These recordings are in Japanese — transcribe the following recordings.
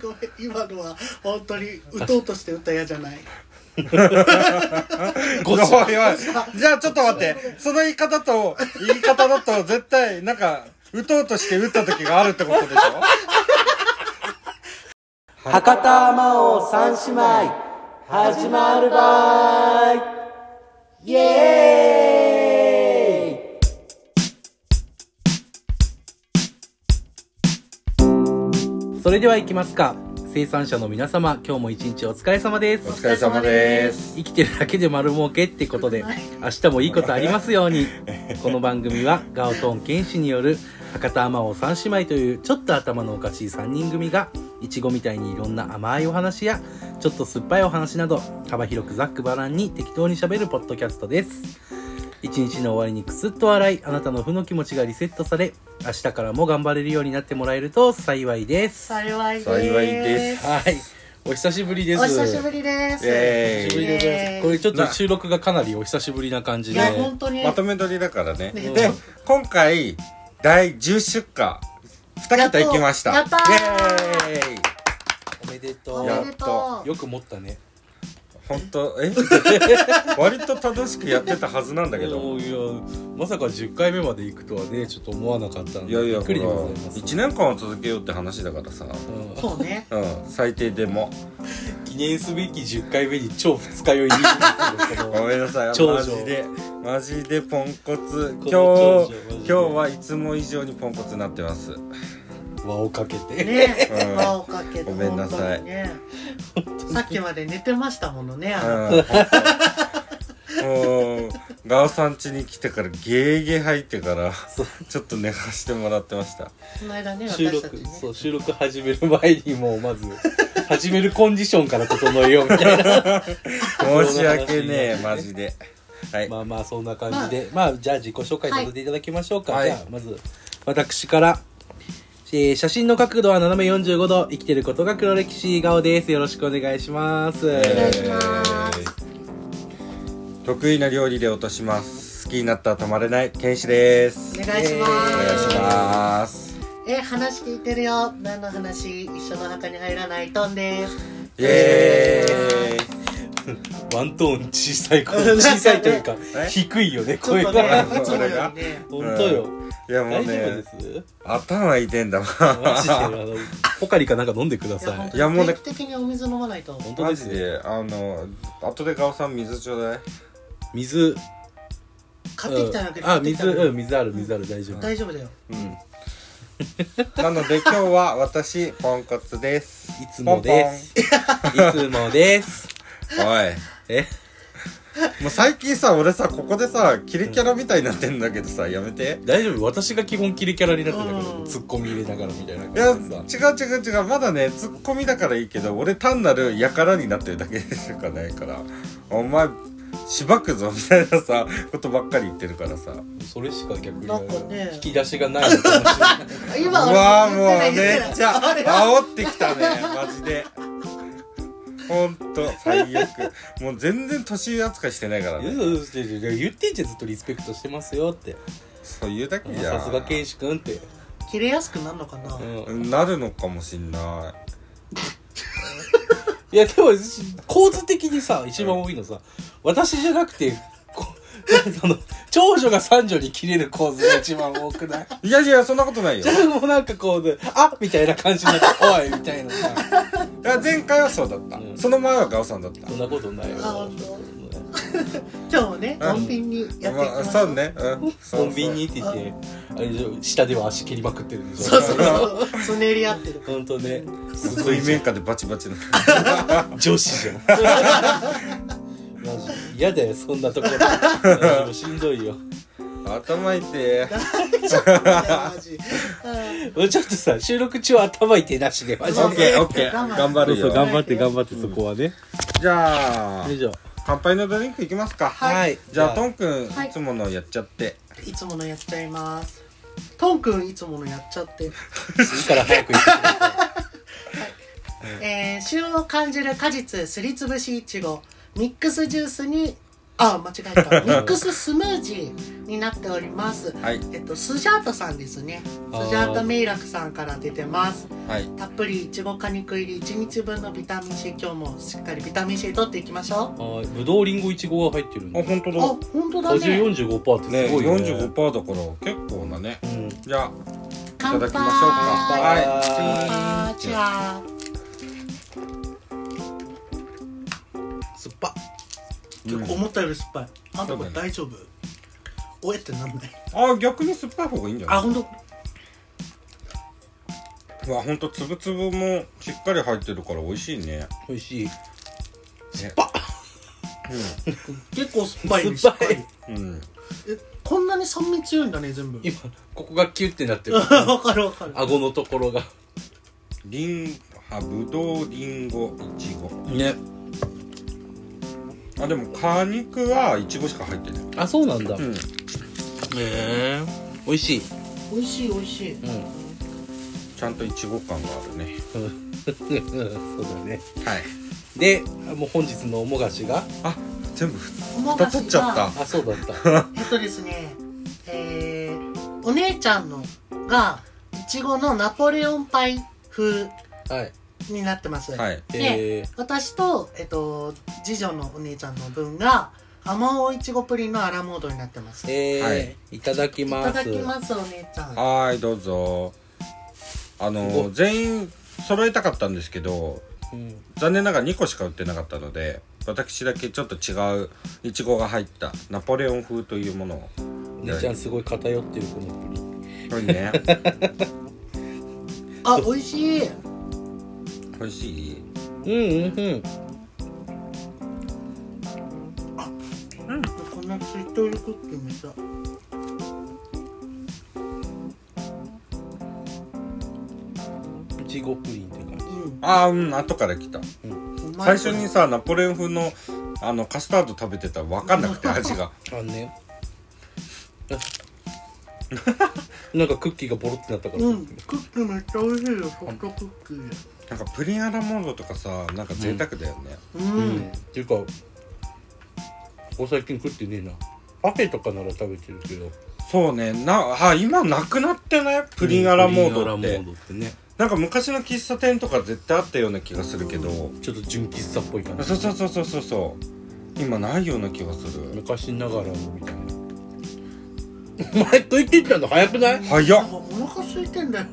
ごめん今のは本当に打とうとして打ったやじゃないごっそおいおいじゃあちょっと待って。その言い方と、言い方だと絶対、なんか、打とうとして打った時があるってことでしょ博多魔王三姉妹始まるばいイエーイそれでは行きますか生産者の皆様今日も一日お疲れ様ですお疲れ様です。生きてるだけで丸儲けってこと で明日もいいことありますようにこの番組はガオトン剣士による博多天王三姉妹というちょっと頭のおかしい3人組がいちごみたいにいろんな甘いお話やちょっと酸っぱいお話など幅広くざっくばらんに適当にしゃべるポッドキャストです一日の終わりにくすっと笑いあなたの負の気持ちがリセットされ明日からも頑張れるようになってもらえると幸いですは幸いです幸いですいお久しぶりですお久しぶりですえ久ーしぶりでございますこれちょっと収録がかなりお久しぶりな感じいでや本当にまとめ撮りだからね。ねで、今回、第10出荷、2桁いきました。やったーイエーイおめでおとめでやっととうよく持ったね本当え 割と正しくやってたはずなんだけど。いやまさか10回目まで行くとはねちょっと思わなかったのでいやいや、びっほくら、りでございます1年間は続けようって話だからさ。うんそうねうん、最低でも。記念すべき10回目に超二日酔いにするけどごめんなさい、長女マジで、マジでポンコツ。今この日長女マ今日ジ、ではいつも以上にポンコツになって ます。輪をかけてねうん輪をかけてごめんなさい本当にねさっきまで寝てましたものねうんもうガオさん家に来てからゲーゲー入ってからそうちょっと寝かしてもらってましたこの間ね収私たち録ねそう収録始める前にもうまず始めるコンディションから整えようみたいな申し訳ねえマジではい、まあまあそんな感じで、まあ、じゃあ自己紹介させていただきましょうか、はいじゃあまず私から、えー写真の角度は斜め45度生きてることが黒歴史顔ですよろしくお願いします、願いしますえー得意な料理で落とします好きになったら止まれない剣士ですお願いしまお願いすしますえ話聞いてるよ何の話一緒の墓に入らないトンですイエーイワントーン小さ い声小さいというかえ低いよねちょっ声とねがいつもよりね本当よ、いやもう大丈夫ねです頭いてんだわ マジであのポカリかなんか飲んでくださいいやもうね定期的にお水飲まないと本当マでジすねであの後でガオさん水ちょうだい水買ってきたんだけどうんあ買ってきた水うん水ある水ある大丈夫大丈夫だよなので今日は私ポンコツです。いつもですいつもですポンポン。おい。えもう最近さ俺さここでさキレキャラみたいになってんだけどさやめて。大丈夫私が基本キレキャラになってたけうんどツッコミ入れながらみたいないや違感うじでさ違う違うまだねツッコミだからいいけど俺単なるやからになってるだけしかないからお前しばくぞみたいなさことばっかり言ってるからさそれしか逆になんかね引き出しがない のかもしれないう今わあーれもう言ってないめっちゃ言てないあれ煽ってきたねマジでほんと最悪もう全然年扱いしてないからねいやそうそうそう言ってんじゃんずっとリスペクトしてますよってそういうだけじゃんさすがケンシ君って切れやすくなるのかな、うんなるのかもしんないやでも構図的にさ一番多いのさ私じゃなくてこ その長女が三女に切れる構図が一番多くない いいやいやそんなことないよじゃあもうなんかこうねあみたいな感じになって「おい」みたいなさだから前回はそうだった、うんその前はガオさんだったそんなことないよあ本今日もねコンビニやっていきままあ、す、そうね、うん、そうコンビニって言ってあれでしょ下では足蹴りまくってるでしょそうそうそうつねり合ってる本当ねそうすごい水面下でバチバチの女子じゃんマジ嫌だよそんなところもうしんどいよ頭痛いてマジ俺ちょっとさ収録中は頭痛いなしでマジオでッケーオッケー我慢頑張るよ頑張って頑張ってそこはね、じゃあ以上乾杯のドリンクいきますかはい、じゃあトンくんいはいつものやっちゃって、いつものやっちゃいますトンくんいつものやっちゃって、いいから早く行ってくださえー、旬を感じる果実すりつぶしいちごミックスジュースにあ間違えたミックススムージーになっておりますはいえっとスジャータさんですねあースジャータメイラクさんから出てますはいたっぷりいちご果肉入り1日分のビタミン C 今日もしっかりビタミン C 取っていきましょはいぶどうりんごいちごが入ってるんあで本当うあだ本当だ果汁ね45%ってねすごいよね45%だから結構なねうんじゃあいた乾だ杯きましょうかあーじゃあ酸っぱ結構思ったより酸っぱいあんたこれ大丈夫おえってなんないはいあ逆に酸っぱい方がいいんじゃないあ本当うわほんとつぶつぶもしっかり入ってるから美味しいね美味しい結構酸っぱいね酸っぱいしかりうんえこんなに酸味強いんだね全部今ここがキュッてなってる わかるわかる顎のところがりんあぶどうりんごいちごねあでも果肉はいちごしか入ってないあそうなんだへうんえ美味しい美味しい美味しいうん ちゃんといちご感があるねそうだねはいでもう本日のおもがしがあ全部友蓋取っちゃったあそうだったえっとですねえー、お姉ちゃんのがいちごのナポレオンパイ風はいになってます、はいえー私と、えっと、次女のお姉ちゃんの分が甘おいちごプリンのアラモードになってますいえーはいい、ただきまたすだきますお姉ちゃんははーいどうぞあすごのい全員揃えたかったんですけどうん残念ながら2個しか売ってなかったので私だけちょっと違ういちごが入ったナポレオン風というものをお姉ちゃんすごい偏ってるこのプリンこれねあ美味しい 美味しいうんうんうんこのしっとりクッキーめっちゃいちごプリンって感じうああうん後から来たんうまい最初にさナポレオン風のあのカスタード食べてたら分かんな くて味があのねあなんかクッキーがボロってなったから、うんクッキーめっちゃ美味しいよソフトクッキーなんかプリンアラモードとかさなんか贅沢だよね、うん、うんっていうかここ最近食ってねえなパフェとかなら食べてるけどそうねなあ今なくなってないプリンアラモードっプて、リンアラモードってねなんか昔の喫茶店とか絶対あったような気がするけど、ちょっと純喫茶っぽい感じそうそうそうそうそうそう今ないような気がする昔ながらのみたいなお前食いてったの早くない早なっんかお腹空いてんだよね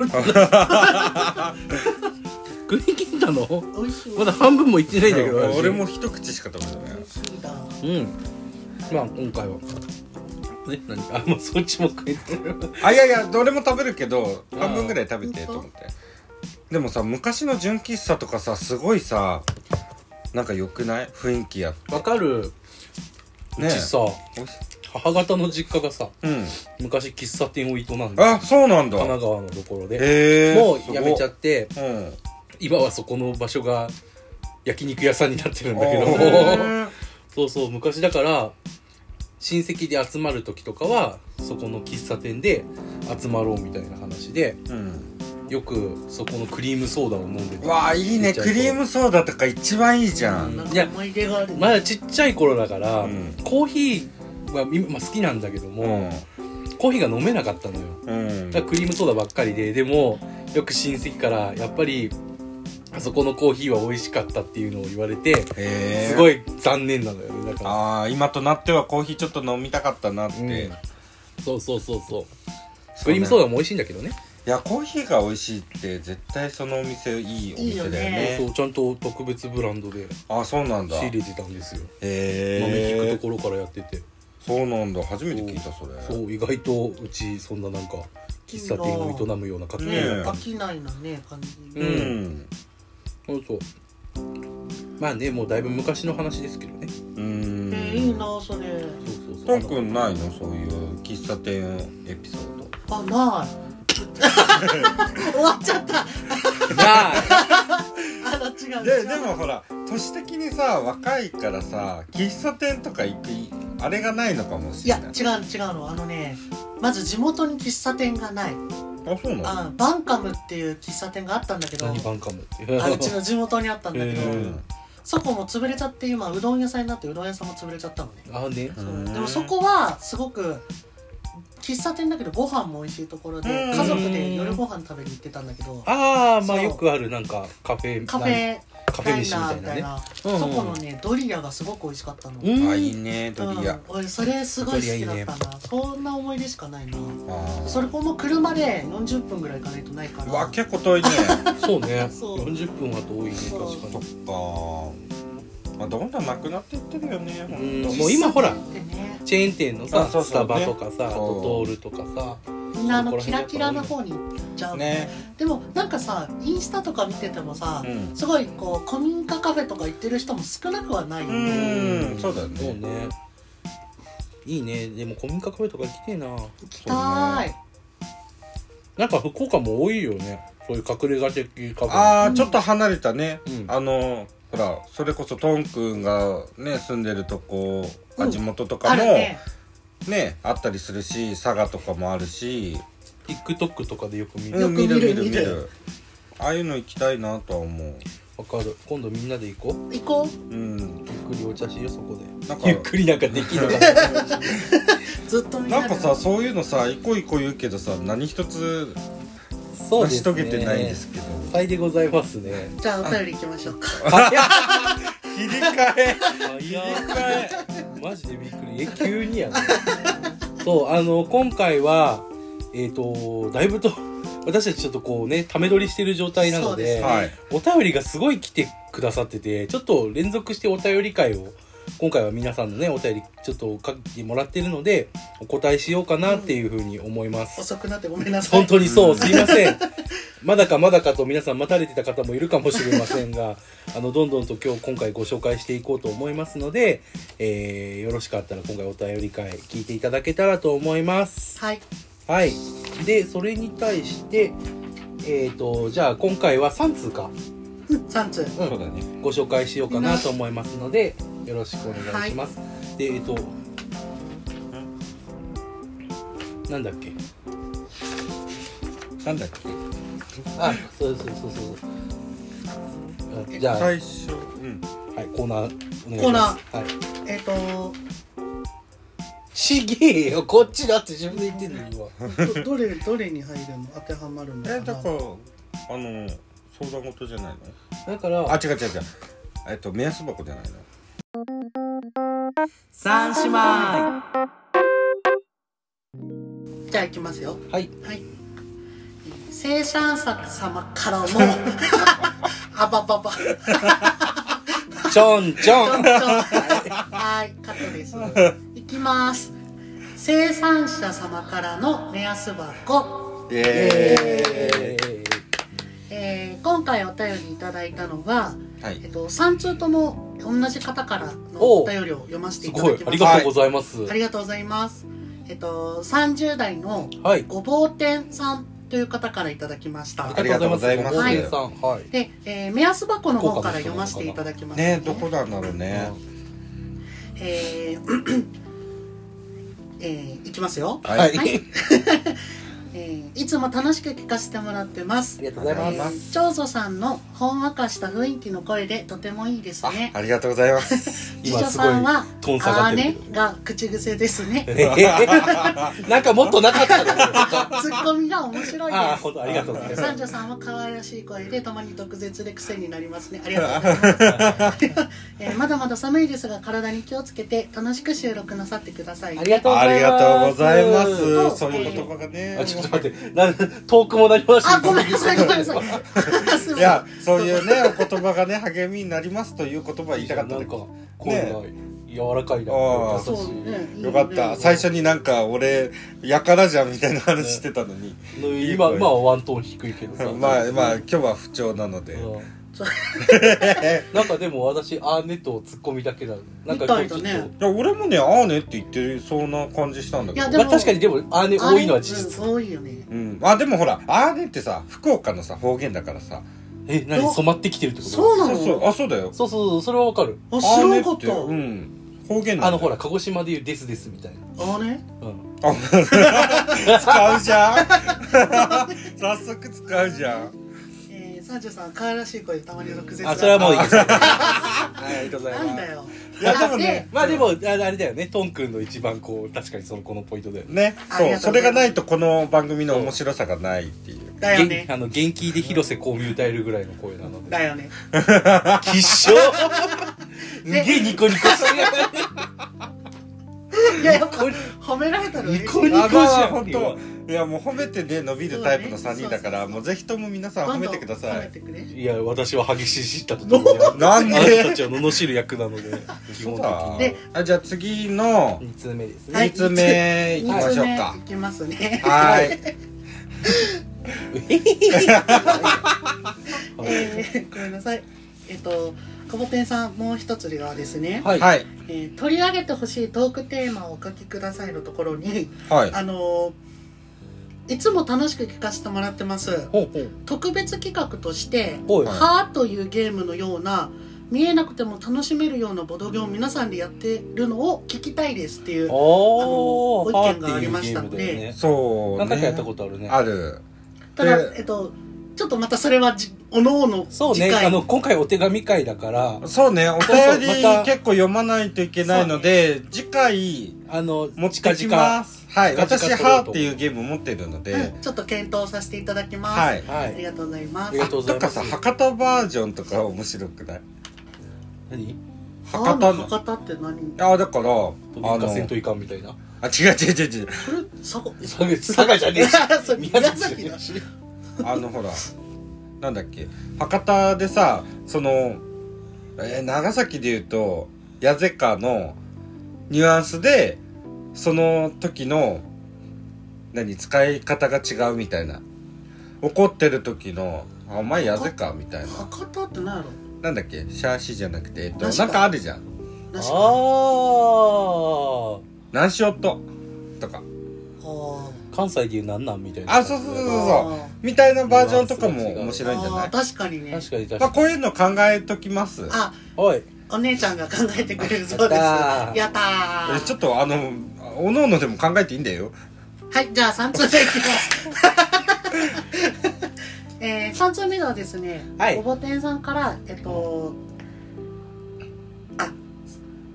食い切ったの美味しいまだ半分もいってないんだけど私俺も一口しか食べてない美味しいだうんまあ今回はね何あもうそっちも食えてるあいやいやどれも食べるけどん半分ぐらい食べてと思ってでもさ昔の純喫茶とかさすごいさなんか良くない雰囲気やわかるねうちさおいし母方の実家がさうん昔喫茶店を営んで神あそうなんだ奈川のところでへえー、もうやめちゃっってたうん今はそこの場所が焼肉屋さんになってるんだけあーど そうそう昔だから親戚で集まる時とかはそこの喫茶店で集まろうみたいな話でうんよくそこのクリームソーダを飲んでうたわーいいねちっちゃク頃リームソーダとか一番いいじゃん、なんいやか思い出があるまだちっちゃい頃だから、うんコーヒーは今、まあ好きなんだけどうも、んコーヒーが飲めなかったのようんだからクリームソーダばっかりででもよく親戚からやっぱりあそこのコーヒーは美味しかったっていうのを言われてへえすごい残念なのよねだかああ今となってはコーヒーちょっと飲みたかったなって、ら、うんそうそうそうそうそうねクリームソーダも美味しいんだけどねいやコーヒーが美味しいって絶対そのお店いいお店だよねいいよそうちゃんと特別ブランドであそうなんだ仕へ入れてたんですよ豆引くえところからやっててそうなんだ初めて聞いたそれそう意外とうちそんななんか喫茶店を営むような家ね庭だった飽きないのね感じ、ううんんそうそうまあねもうだいぶ昔の話ですけどねうーんえーいいなそれそうそうそうトンくんないのそういう喫茶店エピソードあない終わっちゃった まああの違うで違うでもほら都市的にさ若いからさ喫茶店とか行くあれがないのかもしいれやない違う違うのあのねまず地元に喫茶店がないあそうなのあバンカムっていう喫茶店があったんだけど何番かもって あうちの地元にあったんだけどへうーんそこも潰れちゃって今うどん屋さんになってうどん屋さんも潰れちゃったのねあねそうでもそこはすごく喫茶店だけどご飯も美味しいところでうん家族で夜ご飯食べに行ってたんだけどああまあそうよくあるなんかカフェカフェカフェ飯みたいなダイねナーうんうんそこのねドリアがすごく美味しかったの、うあいいんねドリアうん、俺それすごい好きだったなそんな思い出しかないなあそれこも車で40分ぐらい行かないとないからーうわ結構遠いね そうねそう40分は遠いねそう確かそっかまあどんどんなくなっていってるよねほにんとうんもう今ほらでねチェーン店のさあそうスそタうねバとかさそうあとトールとかさみんなあのキラキラの方に行っちゃう、ねでもなんかさインスタとか見ててもさ、うんすごいこう古民家カフェとか行ってる人も少なくはないようね、んそうだよねそうねいいねでも古民家カフェとか行きてえな行きたい、なんか福岡も多いよねそういう隠れ家的カフェああちょっと離れたね、うんあのほらそれこそトンくんがね住んでるとこ、うん地元とかあもるねねあったりするし佐賀とかもあるし、 TikTok とかでよく見うんるく見る見るああいうの行きたいなとは思うわかる今度みんなで行こう行こうんゆっくりお茶しようそこでなんゆっかくりなんかできるのか なうずっと見なんかさそういうのさ一個一個言うけどさ何一つそう成でしす遂ねげてないんですけどぱいでございますねじゃあお便り行きましょうか切り替え早いマジでびっくりえ急にやなそうあの今回はえっ、とだいぶと私たちちょっとこうねため撮りしてる状態なのそうでですね はいお便りがすごい来てくださっててちょっと連続してお便り会を今回は皆さんのねお便りちょっと書いてもらってるのでお答えしようかなっていうふうに思います、遅くなってごめんなさい本当にそう、すいません。まだかまだかと皆さん待たれてた方もいるかもしれませんが、あの、どんどんと今日今回ご紹介していこうと思いますので、えー、よろしかったら今回お便り会聞いていただけたらと思います。はいはい。で、それに対して、えーと、じゃあ今回は3通か、 3通うんそうだねご紹介しようかなと思いますので、よろしくお願いします。で、えっ、と、なんだっけなんだっけあ、そうそうそうそうそう。じゃあ、はい、最初うんコーナーお願いします。コーナー。はい。えっ、とちげえよ、こっちだって自分で言ってんの に今。どどれどれに入るの当てはまるのかなえだからあの相談事じゃないのだから、あ違う違う違うえっと目安箱じゃないの三姉妹じゃあ行きますよはい。はい生産者様から のあばばばちょんちょん。 はい、カットです。いきます。生産者様からの目安箱。イエええー今回お便りいただいたのが、ーイはいえっと、3通とも同じ方からのおうお便りを読ませーてすいたごだいき、ます。ありがとうございます。ありがとうございます。えっと、30代のはい。ごぼう天さんという方からいただきました。ありがとうございます。ありごぼうがと天さん、はい。で、えー目安箱の方から読ませていただきます。ねどこなんだろうね。えーえーいきますよ。はい。は あい、えーいつも楽しく聞かせてもらってますりがとうございます。えー長女さんのほんわかした雰囲気の声でとてもいいですねありがとうございます。次女さんはトーン下あがあってるねけど。が口癖です ねなんかもっとなかったね。ツッコミが面白いああ、でほんと、ありがとうございますす。三女さんは可愛らしい声でたまに毒舌で癖になりますねありがとうございます、えーまだまだ寒いですが体に気をつけて楽しく収録なさってくださいねありがとうごあざりいます。がとうございまうす。んそういう言葉がねあ、。ちょっと待って、なん遠くもなりました。あごめんなさいごめんなさいすいまいせんや、そういうね、お言葉がね、励みになりますという言葉は言いたかったなんねか声が柔らかいな、あー優そうねしいいよかった。最初になんか、俺、やからじゃんみたいな話してたのに。い今今はワントーン低いけどさまあまあ、今日は不調なので。うんそう なんかでも私あーねとツッコミだけだなんかみたいちょだっと、ねいや、俺もね、ああねって言ってそうな感じしたんだけいやど。でもまあ確かにでもあーね多いのは事あれ実うん多いよねうん。あ、でもほら、ああねってさ、福岡のさ、方言だからさ。え何染まってきてるってことそうなそのうそう、あ、そうだよ。そうそうそうそれはわかるあ、あ知あらねんかっってた。うん。方言なあんだよのほら鹿児島で言うですですみたいなあれうんあ 使うじゃん早速使うじゃんえー三十さん可愛らしい声でたまに毒舌だあ、それはもういいです。はい、ありがとうございます。なんだよいやでもね、まあでもあれだよね、トン君の一番こう確かにそのこのポイントだよね。ねありがそうとうございますそれがないとこの番組の面白さがないっていうだよね元あの元気で広瀬香美歌えるぐらいの声なので。だよねきっしょ。 すげえニコニコしてるやいややっぱ褒められたらん。ニ嬉しいコニコあじゃん。本当いやもう褒めてね伸びるタイプの3人だそからうだねもうぜひとも皆さんど褒んめどんてくださ褒めいてくれいや私は激しい知ったと同時にあなんなたでたちを罵る役なので基そ本う的だにであじゃあ次の二通目ですね。はい3つ目いき二ましつょう目かいきますねはいえー ごめんなさいえっと久保店さんもう一つはですね、はい。はいいえー取り上げてほしいトークテーマをお書きくださいのところにはいあのーいつも楽しく聞かせてもらってますほうほう特別企画としてほ「う。はーというゲームのような見えなくても楽しめるようなボドゲを皆さんでやってるのを聞きたいですっていうおーあのご意はー見がありましたのでっていうゲームだよね。そう何ね回かやったことあるね。あるただでえっとちょっとまたそれはじおのおのそう次ね、回あの今回お手紙会だから、そうねおそう便りまた結構読まないといけないので次回あの持ってき近ま々すはい近々私「撮ろうとは」っていうゲーム持ってるのでうんちょっと検討させていただきます、はいはありい。がとうございまあすりがとうござといまかすさ。博多バージョンとか面白くない何？博あー多の博多って何あだからあのとかかせんといかんみたいな。あ違う違う違う違うそれ佐賀佐賀佐賀じゃねえ し。え それ宮崎だし。あのほらなんだっけ博多でさその、えー長崎で言うと八ゼかのニュアンスでその時の何使い方が違うみたいな怒ってる時の「あお前八ゼか」みたいな博多って何やろなんだっけシャーシじゃなくてえっとナシカなんかあるじゃんあなしかあ。 「何しよっと」とかあ関西でいうなんなんみたいな。あそうそうそーうそうみたいなバージョンとかも面白いんじゃなあーい確かにね確かに確まあかに。こういうの考えときますあおい。お姉ちゃんが考えてくれるそうですやったーやったえーちょっとあのおのおのでも考えていいんだよはい、じゃあ3通目いきます。 えー、3通目がですね、はいおぼてんさんから、えっと、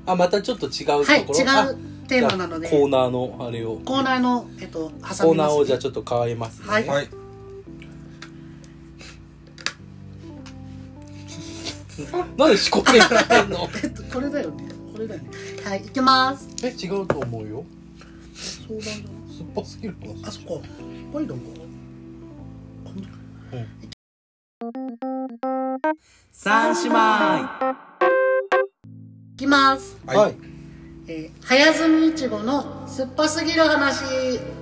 あまたちょっと違うところ。はい、違うあテーマなので、じゃあココーナーのあれを。コーナーの、えっと、挟みます、ーナーをじゃあちょっと変えますね。はいはいなんで四国でやってんの？ えっと、これだよね。これだよね。はい、いきます。え違うと思うよ。相談所。酸っぱすぎるかな。あそこ、スパイダンか。三姉妹いきます。はい、はいえー、早摘みいちごの酸っぱすぎる話。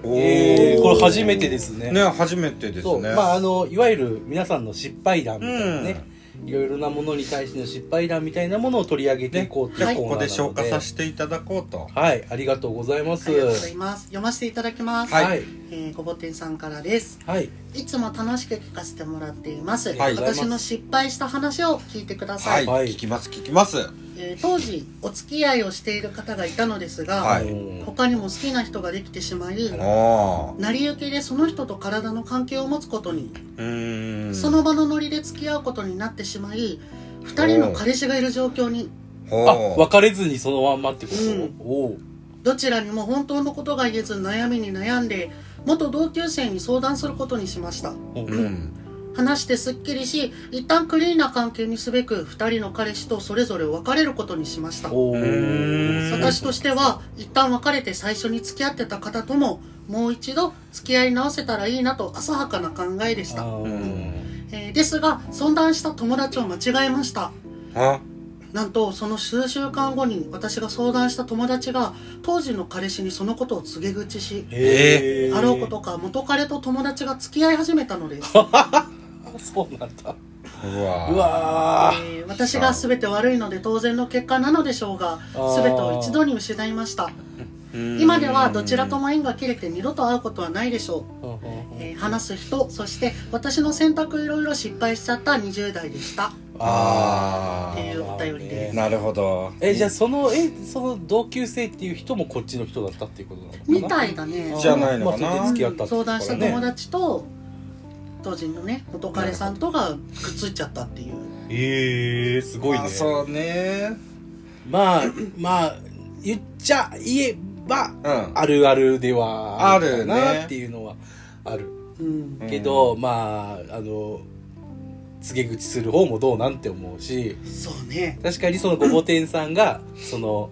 おーえー、これ初めてですね。ね初めてですそう、ねまああのいわゆる皆さんの失敗談みたいなね、いろいろなものに対しての失敗談みたいなものを取り上げていこうってじゃいあうこコこーナーなのでで消化させていただこうとはいありがとうございますありがとうございます。読ませていただきます。はいはいえー、ごぼてんさんからです。はいいつも楽しく聞かせてもらっています、はい私の失敗した話を聞いてくださ、はいい、はい聞きます聞きますえー当時お付き合いをしている方がいたのですが、はいうん他にも好きな人ができてしまいああ成り行きでその人と体の関係を持つことに、うーんその場のノリで付き合うことになってしまい2人の彼氏がいる状況にあほう別れずにそのまんまってこと、うんおおどちらにも本当のことが言えず悩みに悩んで元同級生に相談することにしましたうん話してすっきりし一旦クリーンな関係にすべく2人の彼氏とそれぞれ別れることにしましたおおうーん私としては一旦別れて最初に付き合ってた方とももう一度付き合い直せたらいいなと浅はかな考えでしあた、ーうんえーですが相談した友達を間違えましたあなんとその数週間後に私が相談した友達が当時の彼氏にそのことを告げ口しへーあろうことか元彼と友達が付き合い始めたの ですあそうなんだうわうわーえー私が全て悪いので当然の結果なのでしょうがあー全てを一度に失いましたうん今ではどちらとも縁が切れて二度と会うことはないでしょう、うんうんうんえー話す人そして私の選択いろいろ失敗しちゃった20代でしたあーっていうお便りですまあねなるほどえじゃあそのえその同級生っていう人もこっちの人だったっていうことなのかなみたいだねじゃないのかなまあそれで付き合ったってこと相談しただからね友達と当時のね元彼さんとがくっついちゃったっていうええー、すごいねあそうねまあまあ言っちゃ言えば、うんあるあるではあるかあるねなっていうのはあるうんけど、まああの告げ口する方もどうなんて思うしそうね確かにそのごぼてんさんがその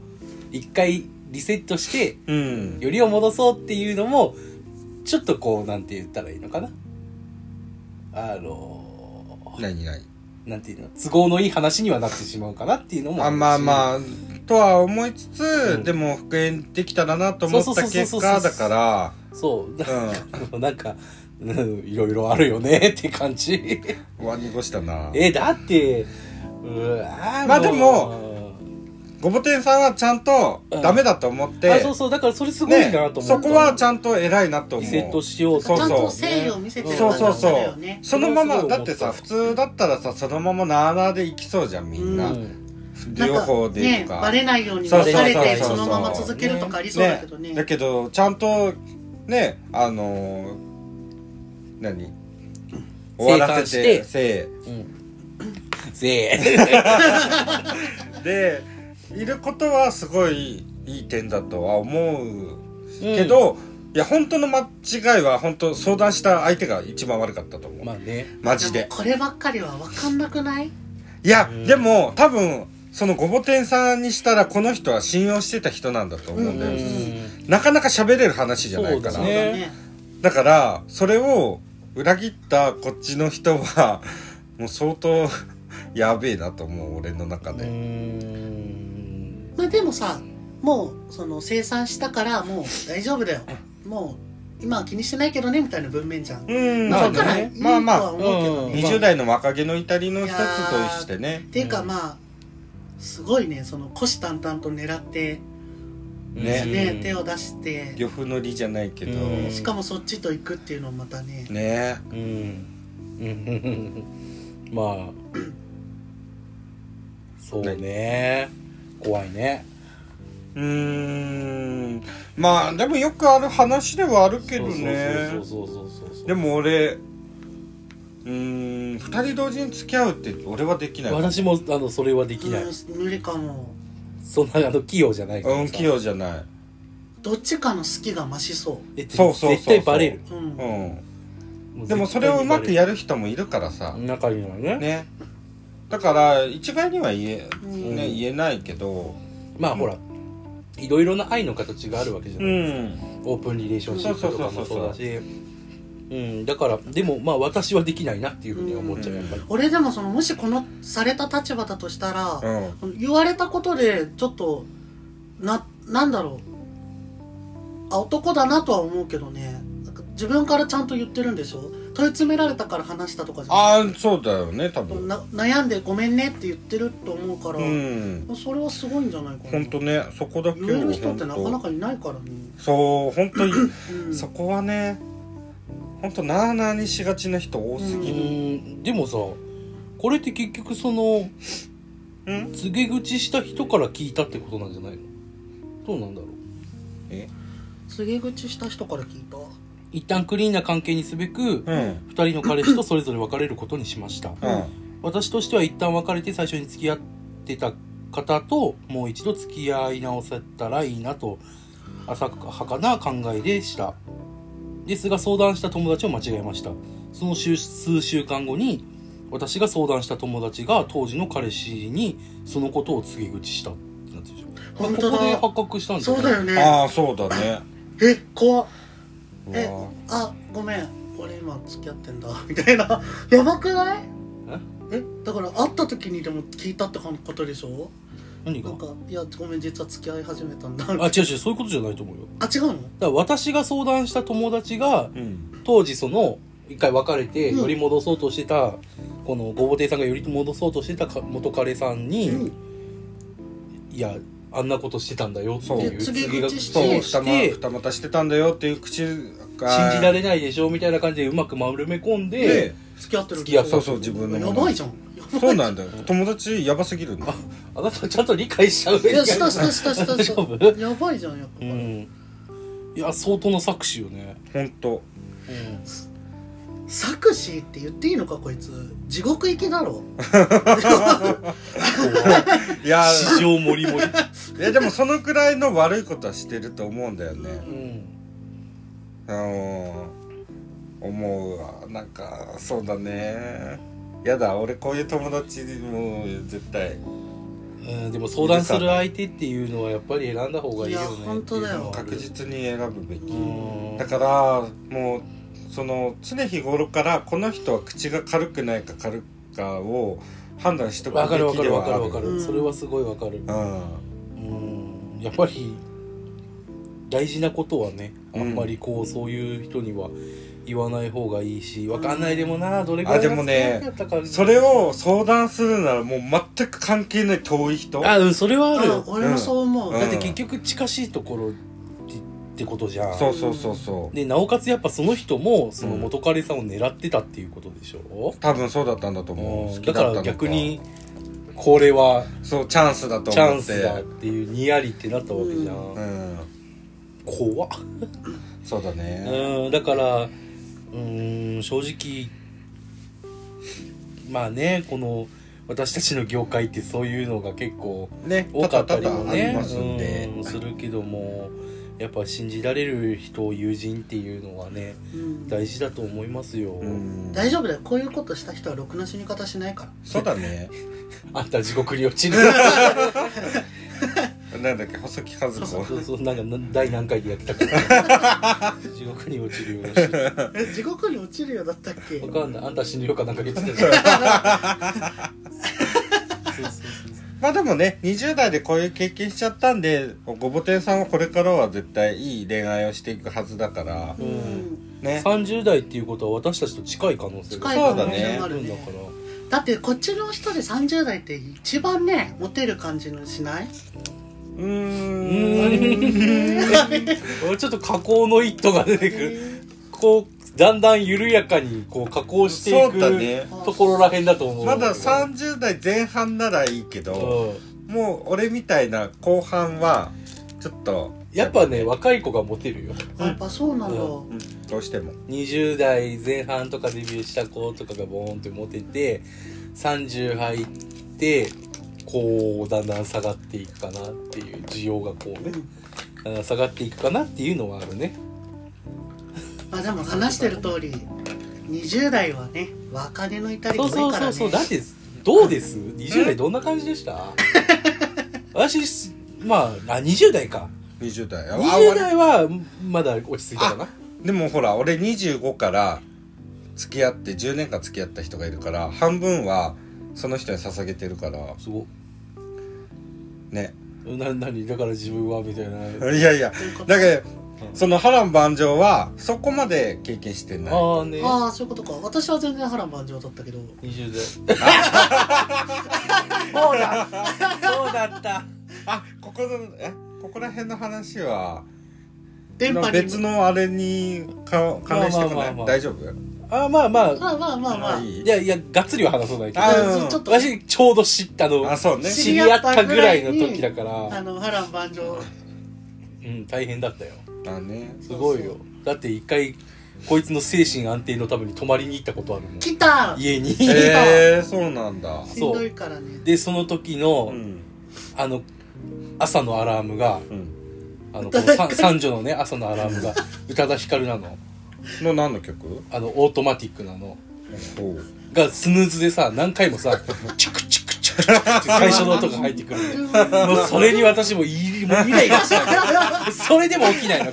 一回リセットしてうんよりを戻そうっていうのもちょっとこうなんて言ったらいいのかなあの何何なんていうの都合のいい話にはなってしまうかなっていうのもあまああまあとは思いつつ、うんでも復縁できたらなと思っそたうそう結そうそうそ果うそうだかそうらうもうなんか、うん、 いろいろあるよねって感じんうわ濁したなえだってうわまあでもごぼてんさんはちゃんとうんダメだと思っあて、そうそうだからそれすごいねなと思った、そこはちゃんと偉いなとリ思セットうしようとそうちゃそうんと誠意を見せてるそう感じそうだそよう、ねそのまそれはますごいだってさ普通だったらさそのままなあなあでいきそうじゃんみんな、うんなん両か方でいねくか、バレないようにそう別そうそうれてそうそそうのまま続けるとかありそうだけどねだけどちゃんとねあのー何終わらせて生産してせせーいでいることはすごいいい点だとは思うけど、いや本当の間違いは本当相談した相手が一番悪かったと思う、まあねマジででもこればっかりは分かんなくないいや、でも多分そのごぼてんさんにしたらこの人は信用してた人なんだと思うんだよ、うんなかなか喋れる話じゃないかそらうだねそうだねだからそれを裏切ったこっちの人はもう相当やべえなと思う俺の中うーで、んまあでもさもうその生産したからもう大丈夫だよもう今は気にしてないけどねみたいな文面じゃん、うんまあ、だそうかだらいねいとまあまはあ思うけどね、まあ20代の若気の至りの一つとしてねっていうかまあすごいねその虎視眈々と狙って、ねね手を出して漁夫の利じゃないけどうんしかもそっちと行くっていうのもまたねねうんうん まあそうね怖いねうーんまあでもよくある話ではあるけどねそうそうそうそうそうそうでも俺うーん2人同時に付き合うって俺はできない私もあのそれはできない、うん無理かもそんなあの器用じゃないからさうん器用じゃないどっちかの好きが増しそでそうそうそうそう絶対バレるううん、うんう絶対にバレるでもそれをうまくやる人もいるからさ、中にはねねだから一概には言え,、うんね、言えないけどまあほらいろいろな愛の形があるわけじゃうない、んオープンリレーションシップとかもそうだそうそうそうそしうんだからでもまあ私はできないなっていうふうに思っちゃうやっぱり俺でもそのもしこのされた立場だとしたら、うん言われたことでちょっとななんだろうあ男だなとは思うけどねなんか自分からちゃんと言ってるんでしょ問い詰められたから話したとかじゃなああそうだよね多く分な悩んでごめんねって言ってると思うから、うんそれはすごいんじゃないかな本当ねそこだけを言える人ってなかな本かいないからね、当そう本当にうん、そこはね本当なあなあにしがちな人多すうぎる、んでもさこれって結局そのうん告げ口した人から聞いたってことなんじゃないのどうなんだろう告げ口した人から聞いた一旦クリーンな関係にすべくうんうん2人の彼氏とそれぞれ別れることにしました私としては一旦別れて最初に付き合ってた方ともう一度付き合い直せたらいいなと浅はかな考えでしたですが相談した友達を間違えましたその週数週間後に私が相談した友達が当時の彼氏にそのことを告げ口したってなってるでしょ本こ当だこで発覚したんじゃそないうだよねああそうだねえ怖っうえわあごめん俺今付き合ってんだみたいな やばくないえだから会った時にでも聞いたってことでしょ何ながんかいやごめん実は付き合い始めたんだあ違う違うそういうことじゃないと思うよあ違うのだから私が相談した友達がうん当時その一回別れてうん寄り戻そうとしてた、このごぼてんさんが寄り戻そうとしてたか元彼さんに、うんいやあんなことしてたんだよっていうで告げ口しそ告うげて口二し股て二股してたんだよっていう口が信じられないでしょみたいな感じでうまく丸め込んでで付き合ってる付き合ったそうそう自分のやものばいじゃんそうなんだよ友達やばすぎるんだあなたちゃんと理解しちゃういやしたしたしたしたし大丈た夫やばいじゃんやっぱ、うんいや相当の搾取よね、本当作詞って言っていいのかこいつ地獄行きだろいや市場もりもり。いやでもそのくらいの悪いことはしてると思うんだようねんあのー思うわなんかそうだねやだ俺こういう友達もう絶対うん、でも相談する相手っていうのはやっぱり選んだ方がいいよねいや本当だよって確いう実に選ぶべきのはあだるからもうその常日頃からこの人は口が軽くないか軽くかを判断しとうんくわかるべわきかでるはわあかるわかうるんそれはすごいわかるうんうんやっぱり大事なことはねあんまりこうそういう人には言わない方がいいしわかんないでもなどれぐらいあでもねが付き合ったかそれを相談するならもう全く関係ない遠い人あうんそれはあるうんよ俺もそう思う、うんだって結局近しいところってってことじゃんそうそうそうそうでなおかつやっぱその人もその元彼さんを狙ってたっていうことでしょ、多分そうだったんだとう思う好んきだだったかのら逆にこれはそうチャンスだとチャ思ンっスだってていうにやりってなったわけじゃん、うん怖っ、そうだねうん、だからうーん正直まあねこの私たちの業界ってそういうのが結構ね多かったりだもあねりますんでうんするけどもやっぱ信じられる人を友人っていうのはねうん大事だと思いますよ、うん大丈夫だよこういうことした人はろくな死に方しないからそうだねあんた地獄に落ちるなんだっけ細木和子そうそうなんかな第何回でやってたから 地獄に落ちるようなし え地獄に落ちるよだったっけわかんないあんた死ぬよかなんか言っ てたじゃんそうそうそうまあでもね、20代でこういう経験しちゃったんで、ごぼてんさんはこれからは絶対いい恋愛をしていくはずだからう、んね。 30代っていうことは私たちと近い可能性が近い可能性あがあるるんねだからだってこっちの人で30代って一番ねモテる感じのしないうーん。うんちょっと加工の一途が出てくるこうだんだん緩やかにこう加工していそうだく、ね。ところらへんだと思うまだ30代前半ならいいけど、うんもう俺みたいな後半は、ちょっと、やっぱね若い子がモテるよあやっぱそうなんだ、ううんどうしても。 20代前半とかデビューした子とかがボーンってモテて30入ってこうだんだん下がっていくかなっていう需要がこうねだんだん下がっていくかなっていうのはあるねまあでも話してる通り20代はね若気の至りそもいういからそねうそうそうだってどうです ?20 代どんな感じでした 私まああ20代か20代。あ20代はまだ落ち着いたかなでもほら、俺25から付き合って、10年間付き合った人がいるから、半分はその人に捧げてるから、すごね。な何だから自分はみたいないやいやというこ、とだけど、その波乱万丈はそこまで経験してない。ああねああそういうことか私は全然波乱万丈だったけど20代そうだそうだったあ、ここの、え、ここら辺の話は、電波に別のあれにか関連してこない、まあまあまあまあ大丈夫あまあまあまあまあまあまああいいいやいやがっつりは話さないけどあうんちょっと私ちょうど知ったのあ、そうね。し知り合ったぐらいの時だからあの波乱万丈うん大変だったよだね。すごいよだって一回こいつの精神安定のために泊まりに行ったことあるもん来た家に、えー、そうなんだ。しんどいからねでその時の、うん。あの朝のアラームがうん。あのこのさ三女のね朝のアラームが宇多田ヒカルなのの何の曲あのオートマティックなのおうがスヌーズでさ何回もさチクチクチクチクって最初の音が入ってくるのもうそれに私もいいもうイライラしちゃうそれでも起きないのこ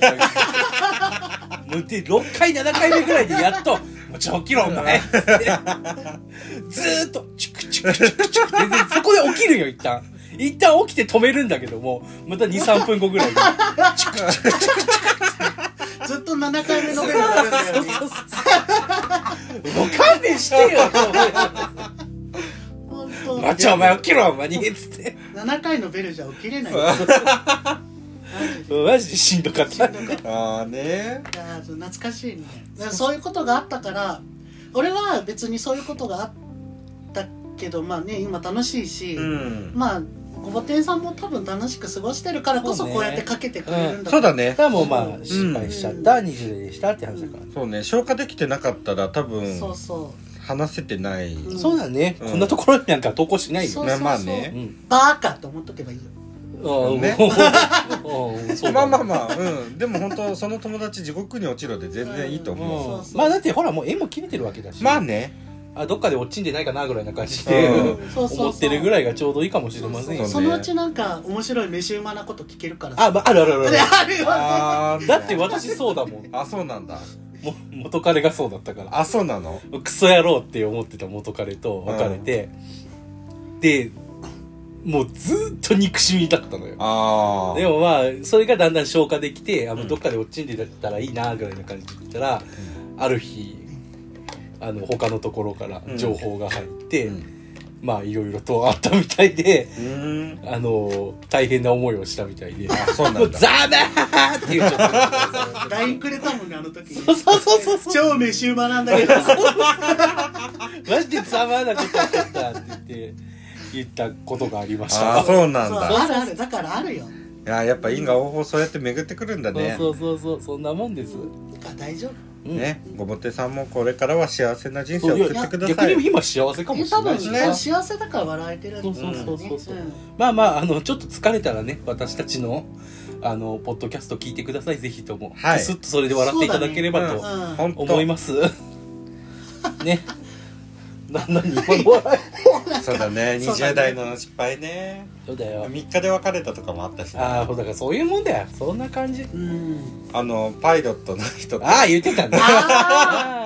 れで6回7回目ぐらいでやっと「もうちょ起きろお前」ってずーっとチクチクチクチクででそこで起きるよ一旦一旦起きて止めるんだけどもまた23分後ぐらいにずっと7回目の目があるんだよねもう勘弁してよと思いなが本ら当もうちょお前起きろお前に」つって。 7回のベルじゃ起きれないマジでしんどかった。あーね。いやー懐かしいねだからそういうことがあったから俺は別にそういうことがあったけどまあね今楽しいし、うん。まあごぼてんさんも多分楽しく過ごしてるからこそそうねこうやってかけてくれるんだそうだねだからもうまあ失敗しちゃった、20でしたって話だから、そうね消化できてなかったら多分そうそ話せてない、う、うんそうだね、うんこんなところになんか投稿しないよそうそうそうまあねんバーカと思っとけばいいようんねうんそうまだあねまあまあ、うん、でも本当その友達地獄に落ちろで全然いいと思う、そううんそうまあだってほらもう絵も切れてるわけだしまあねあどっかで落ちんでないかなぐらいな感じうでんそうそうそう思ってるぐらいがちょうどいいかもしれませんよそねのうちなんか面白い飯うまなこと聞けるからあ、まあ、あるあるあるあるで あるよねあーだって私そうだもんもあそうなんだ元彼がそうだったからあそうなのクソ野郎って思ってた元彼と別れて、でもうずーっと憎しみだったのよああでもまあそれがだんだん消化できてあのどっかで落ちんでたらいいなぐらいな感じで言ったら、ある日あの他のところから情報が入って、うんまあいろいろとあったみたいでうーんあの大変な思いをしたみたいであそうなもうんだザーって言っちゃ った LINE くれたもんねあの時そうそうそうそう超飯うまなんだけ どマジでざまなことあったって言って言ったことがありましたあーそうなんそうだあるあるだからあるよいややっぱ因果応報そうやって巡ってくるんだねそうそうそうそうそんなもんですだから大丈夫うんねごぼてさんもこれからは幸せな人生をそうい送やってくださ逆いに今幸せかもえし多れな分いしね幸せだから笑えてるんだよねそうそうそうそううんまあまああのちょっと疲れたらね私たちのあのポッドキャスト聞いてくださいぜひとも、はいスッとそれで笑っていただければそうとだうん本当思います、ねな何今の笑いそうだ ねそうだね20代の失敗ねそうだよ3日で別れたとかもあったしねああだからそういうもんだよそんな感じうんあのパイロットの人とああ言ってたねあ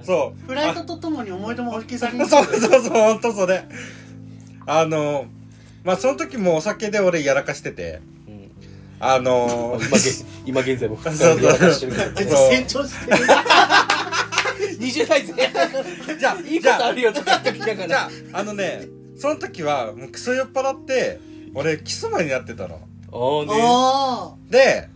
あーそうーフライトとともに思い出も引き去り に そうそうそう、ほんとそれ。あの、まあ、その時もお酒で俺やらかしてて、うんあの、 今現今現在も復活でやらかしてるけど全然成長してる20代前半じゃあ、いいこじとあゃあ、るよとかって言いなが じゃらあ、あのね、その時は、もうクソ酔っ払って、俺、キスマになってたの。おーねおで、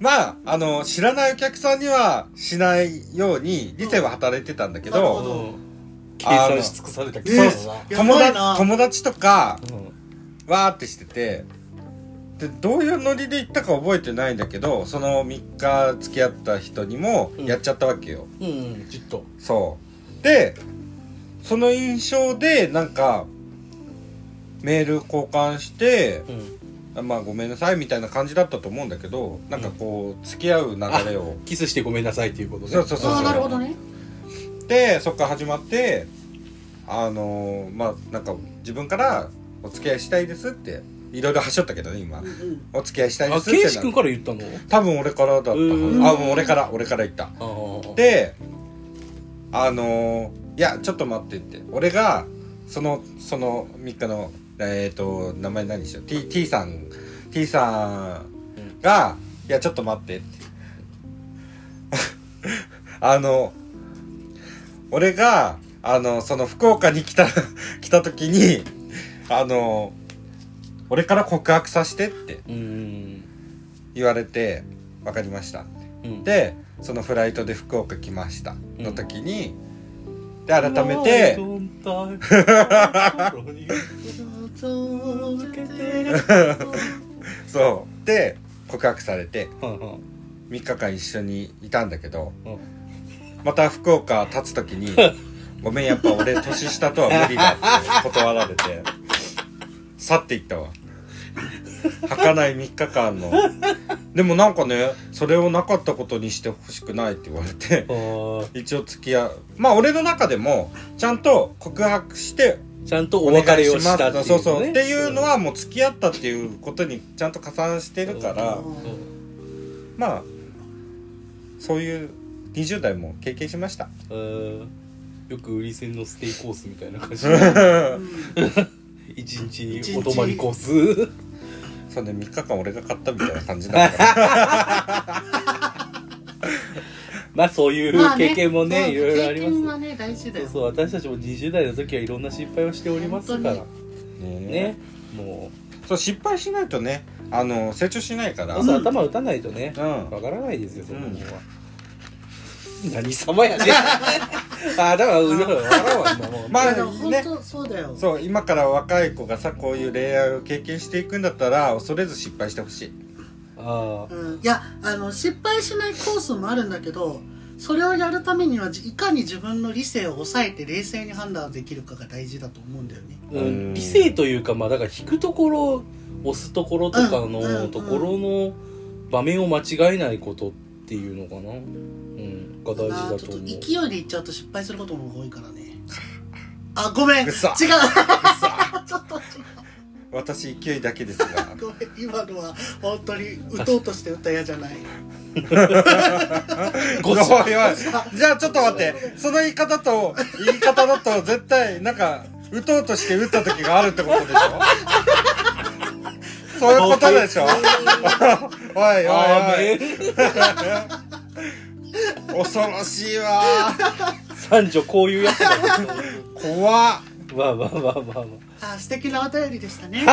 まあ、あの、知らないお客さんにはしないように、理性は働いてたんだけなるほど、どうん計算し尽くされたけどあのそうだなえ友やばい達な友達とか、うんわーってしててでどういうノリで行ったか覚えてないんだけどその3日付き合った人にもうんやっちゃったわけよ、うんうんちょっとそうでその印象でなんかメール交換してう、んまあごめんなさいみたいな感じだったと思うんだけどなんかこう付き合う流れをキスしてごめんなさいっていうことねそうそうああなるほどねでそっから始まってあのーまあなんか自分から「お付き合いしたいです」っていろいろはしょったけどね今うんうんお付き合いしたいであすっケてイなシ君から言ったの多分俺からだったはずうあーんもう俺から俺から言ったああであのーいやちょっと待ってって俺がそのその3日のえっ、と名前何にしよう T, T さん T さんが「いやちょっと待って」って あの俺があのその福岡に来た 来た時にあの俺から告白させてってうん言われて「分かりました」うんでそのフライトで福岡来ましたの時に、で改めてそうで告白されて3日間一緒にいたんだけど、うんまた福岡立つ時に「ごめんやっぱ俺年下とは無理だ」って断られて去っていったわ儚い3日間のでもなんかねそれをなかったことにしてほしくないって言われてあ一応付き合うまあ俺の中でもちゃんと告白してあちゃんとお別れをしたっていう、ね、そうそうっていうのはもう付き合ったっていうことにちゃんと加算してるから、うんまあそういう20代も経験しましたうんよく売り線のステイコースみたいな感じ一日にお泊まりコース そうね3日間俺が買ったみたいな感じだったからまあそういう経験もね,、いろいろあり経験まはね大事だすそうよそう私たちも20代の時はいろんな失敗をしておりますから本 ねねもそう失敗しないとねあの成長しないからう朝頭打たないとねうんわからないですよそんなもんは、う何様やね あ、だから、うろうろ笑うわ、もうもう。まいあやでも本ね当そうだよそう今から若い子がさこういう恋愛を経験していくんだったら恐れず失敗してほしいあうん、いやあの失敗しないコースもあるんだけどそれをやるためにはじいかに自分の理性を抑えて冷静に判断できるかが大事だと思うんだよねーうん、理性というか、まあ、だから、引くところ、押すところとかうんうんうの、んところの場面を間違えないことっていうのかな。うん、が大あーち事だょっとと思う。 勢いでいっちゃうと失敗することの方が多いからねあごめん違うち嘘ょ っと違私勢いだけですがうごめん今のは本当に打とうとして打ったやじゃないおいおいじゃあちょっと待ってその言い方と言い方だと絶対なんか打とうとして打った時があるってこと でしょそういうこと でしょおいおいあおいーね恐ろしいわ三女こういうやつだ 怖っわあわあわあわあわあー素敵なお便りでした ね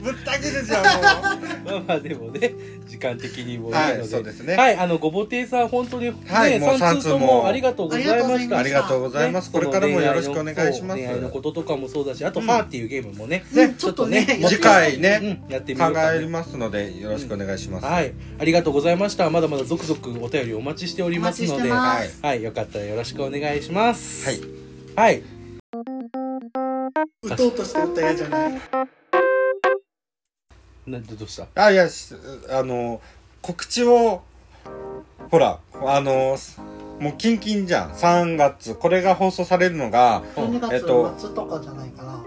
ぶった切るじゃんもうあまあまあでもね時間的にもいいので、はいそうですねはいあのごぼていさん本当にね、はいもう三通と三通ももありがとうございましたありがとうございます、ねこれからもよろしくお願いしまそうす恋愛のこととかもそうだしあとうフんァーっていうゲームもね、ねちょっとねもう次回ねうんやってみ考ようかえねますのでよろしくお願いします、はいありがとうございましたまだまだ続々お便りお待ちしておりますのお待ちしてでまはいはいよかったらよろしくお願いしますはいはい打とうとして打ったやじゃないなんでどうしたあいやしあの告知をほらあのもうキンキンじゃん3月これが放送されるのが12月えっと末とかじゃないかな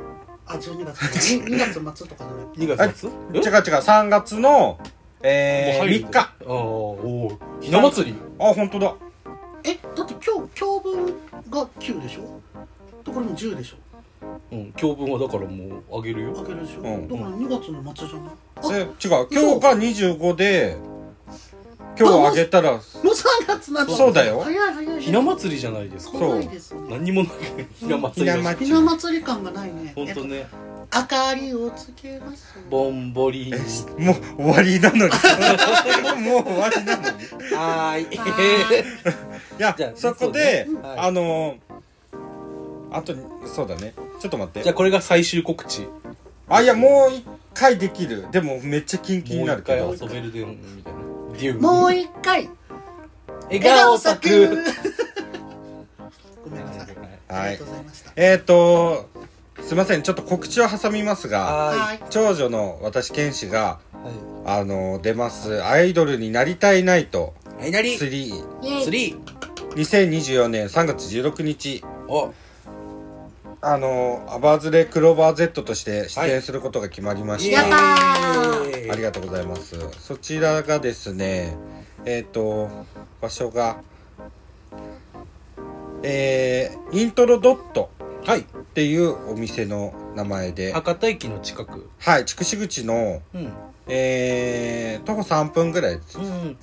あ12月 2, 月末とかじゃない2月末違う違う3月の、えー、もう入る3日あああおおひな祭り本当だえだって今日今日分が9でしょとこれもう10でしょうん教文はだからもうあげるよあげるでしょ、うんだから2月の末じゃないあえ違う今日が25で今日あげたらもう3月なんだそうだよ早い早いひな祭りじゃないですかう怖いですね何にもないひな祭りだしひな祭ひな祭り感がないねほんとねえっと明かりをつけますぼんぼりえもう終わりなのに もう終わりなのにいはーいあーやじゃあそこで、そうねはいあのあとそうだねちょっと待ってじゃあこれが最終告知あ、いや、もう一回できる。でも、めっちゃキンキンにもなう一るけ回ど。遊べるでみたいなデューもう一回笑笑顔顔咲咲くくごめんなさいあはりいがと。うございましたえっ、ー、と、すいません。ちょっと告知を挟みますが、ははい長女の私、剣士が、ーいはあの、出ます、アイドルになりたいナイトいはいなり3、イエイ3 2024年3月16日、おあの、アバズレクローバー Z として出演することが決まりましやた。ったイエーイありがとうございます。そちらがですね、えっ、と、場所が、えー、イントロドットはいっていうお店の名前で、博多駅の近くはい、筑紫口の、うんえー、徒歩3分ぐらいです。うん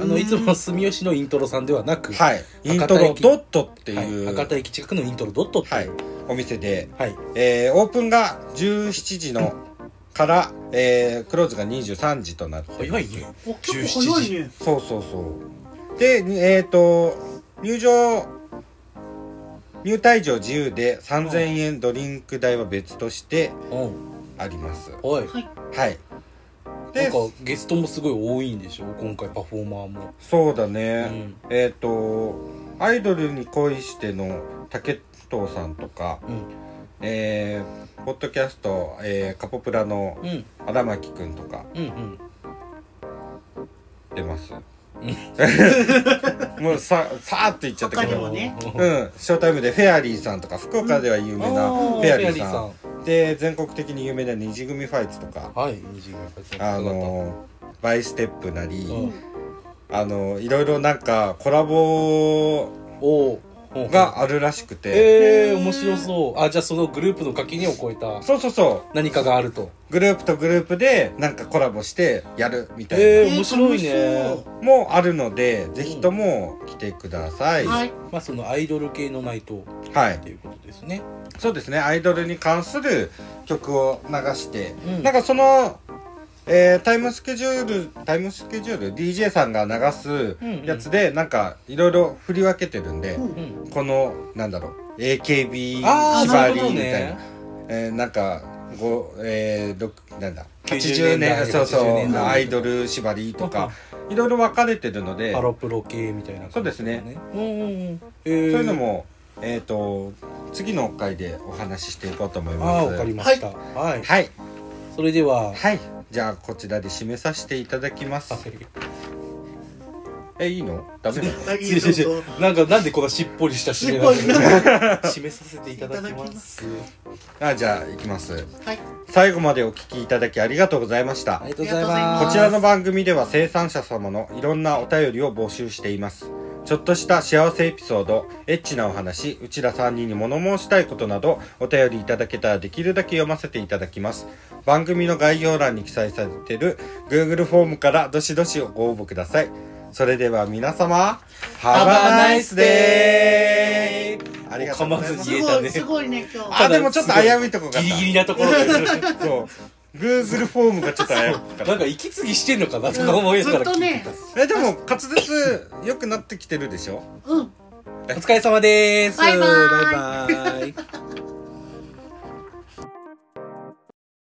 あのいつもの住吉のイントロさんではなくはい、イン博ト多ロ駅ドットってはいいう、博多駅近くのイントロドットってはいいうお店で、はいえー、オープンが17時のから、えー、クローズが23時となって早いねお結構早いねそうそうそう。で、にえっ、と、入場、入退場自由で3000円ドリンク代は別としてうんあります。はいはいはい。なでんか、ゲストもすごい多いんでしょ今回パフォーマーもそうだうね。んえっ、と、アイドルに恋しての竹藤さんとか、うんえー、ポッドキャスト、えー、カポプラのうん荒牧くんとかうんうん出ます。 もうさ、さーっと言っちゃった他けにども。ねうん、ショータイムでフェアリーさんとか福岡では有名なフェアリーさん,、で全国的に有名な二次組ファイツとかはい虹がやっぱりあそうだったのバイステップなり、うんあのいろいろなんかコラボおおがあるらしくて、ええ面白そうあじゃあそのグループの垣根を超えたそうそうそ何かがあるとうグループとグループでなんかコラボしてやるみたいな、えー面白いね楽しもあるのでぜひとも来てください、そうは、はいいまあそのアイドル系のナイトっていうことですねそうですねアイドルに関する曲を流して、うんなんかそのえータイムスケジュールタイムスケジュール DJ さんが流すやつでなんかいろいろ振り分けてるんで、うんこのなんだろう AKB あー縛りなるほみたいどなねえーなんかごえー、6なんだ80 90年年代そうそう80年代とかアイドル縛りとかいろいろ分かれてるのでパロプロ系みたいな感じそうですねうんうんうんえそうー、いうのも、えー、と次の回でお話ししていこうと思いますああわかりましたはい、はいそれでははいじゃあこちらで締めさせていただきますえいいのダメなのあいい違うちょっ 違う違うなんかなんでこんなしっぽりした締めなのしっぽりなん締めさせていただきますあじゃあいきますとはい最後までお聞きいただきありがとうございましたありがとうございますこちらの番組では生産者様のいろんなお便りを募集していますちょっとした幸せエピソードエッチなお話うちら3人に物申したいことなどお便りいただけたらできるだけ読ませていただきます番組の概要欄に記載されている Google フォームからどしどしご応募くださいそれでは皆様 Have a nice day! ありがとうございます噛まずすに言えごたいねすごいね今日あでもちょっと危ういとこがあったギリギリなところで なそう。Google フォームがちょっと危うかったんか息継ぎしてんのかなとか思いなずがっらと聞いねてたえ、でも滑舌良くなってきてるでしょうんお疲れ様ですバイバーイバイバーイ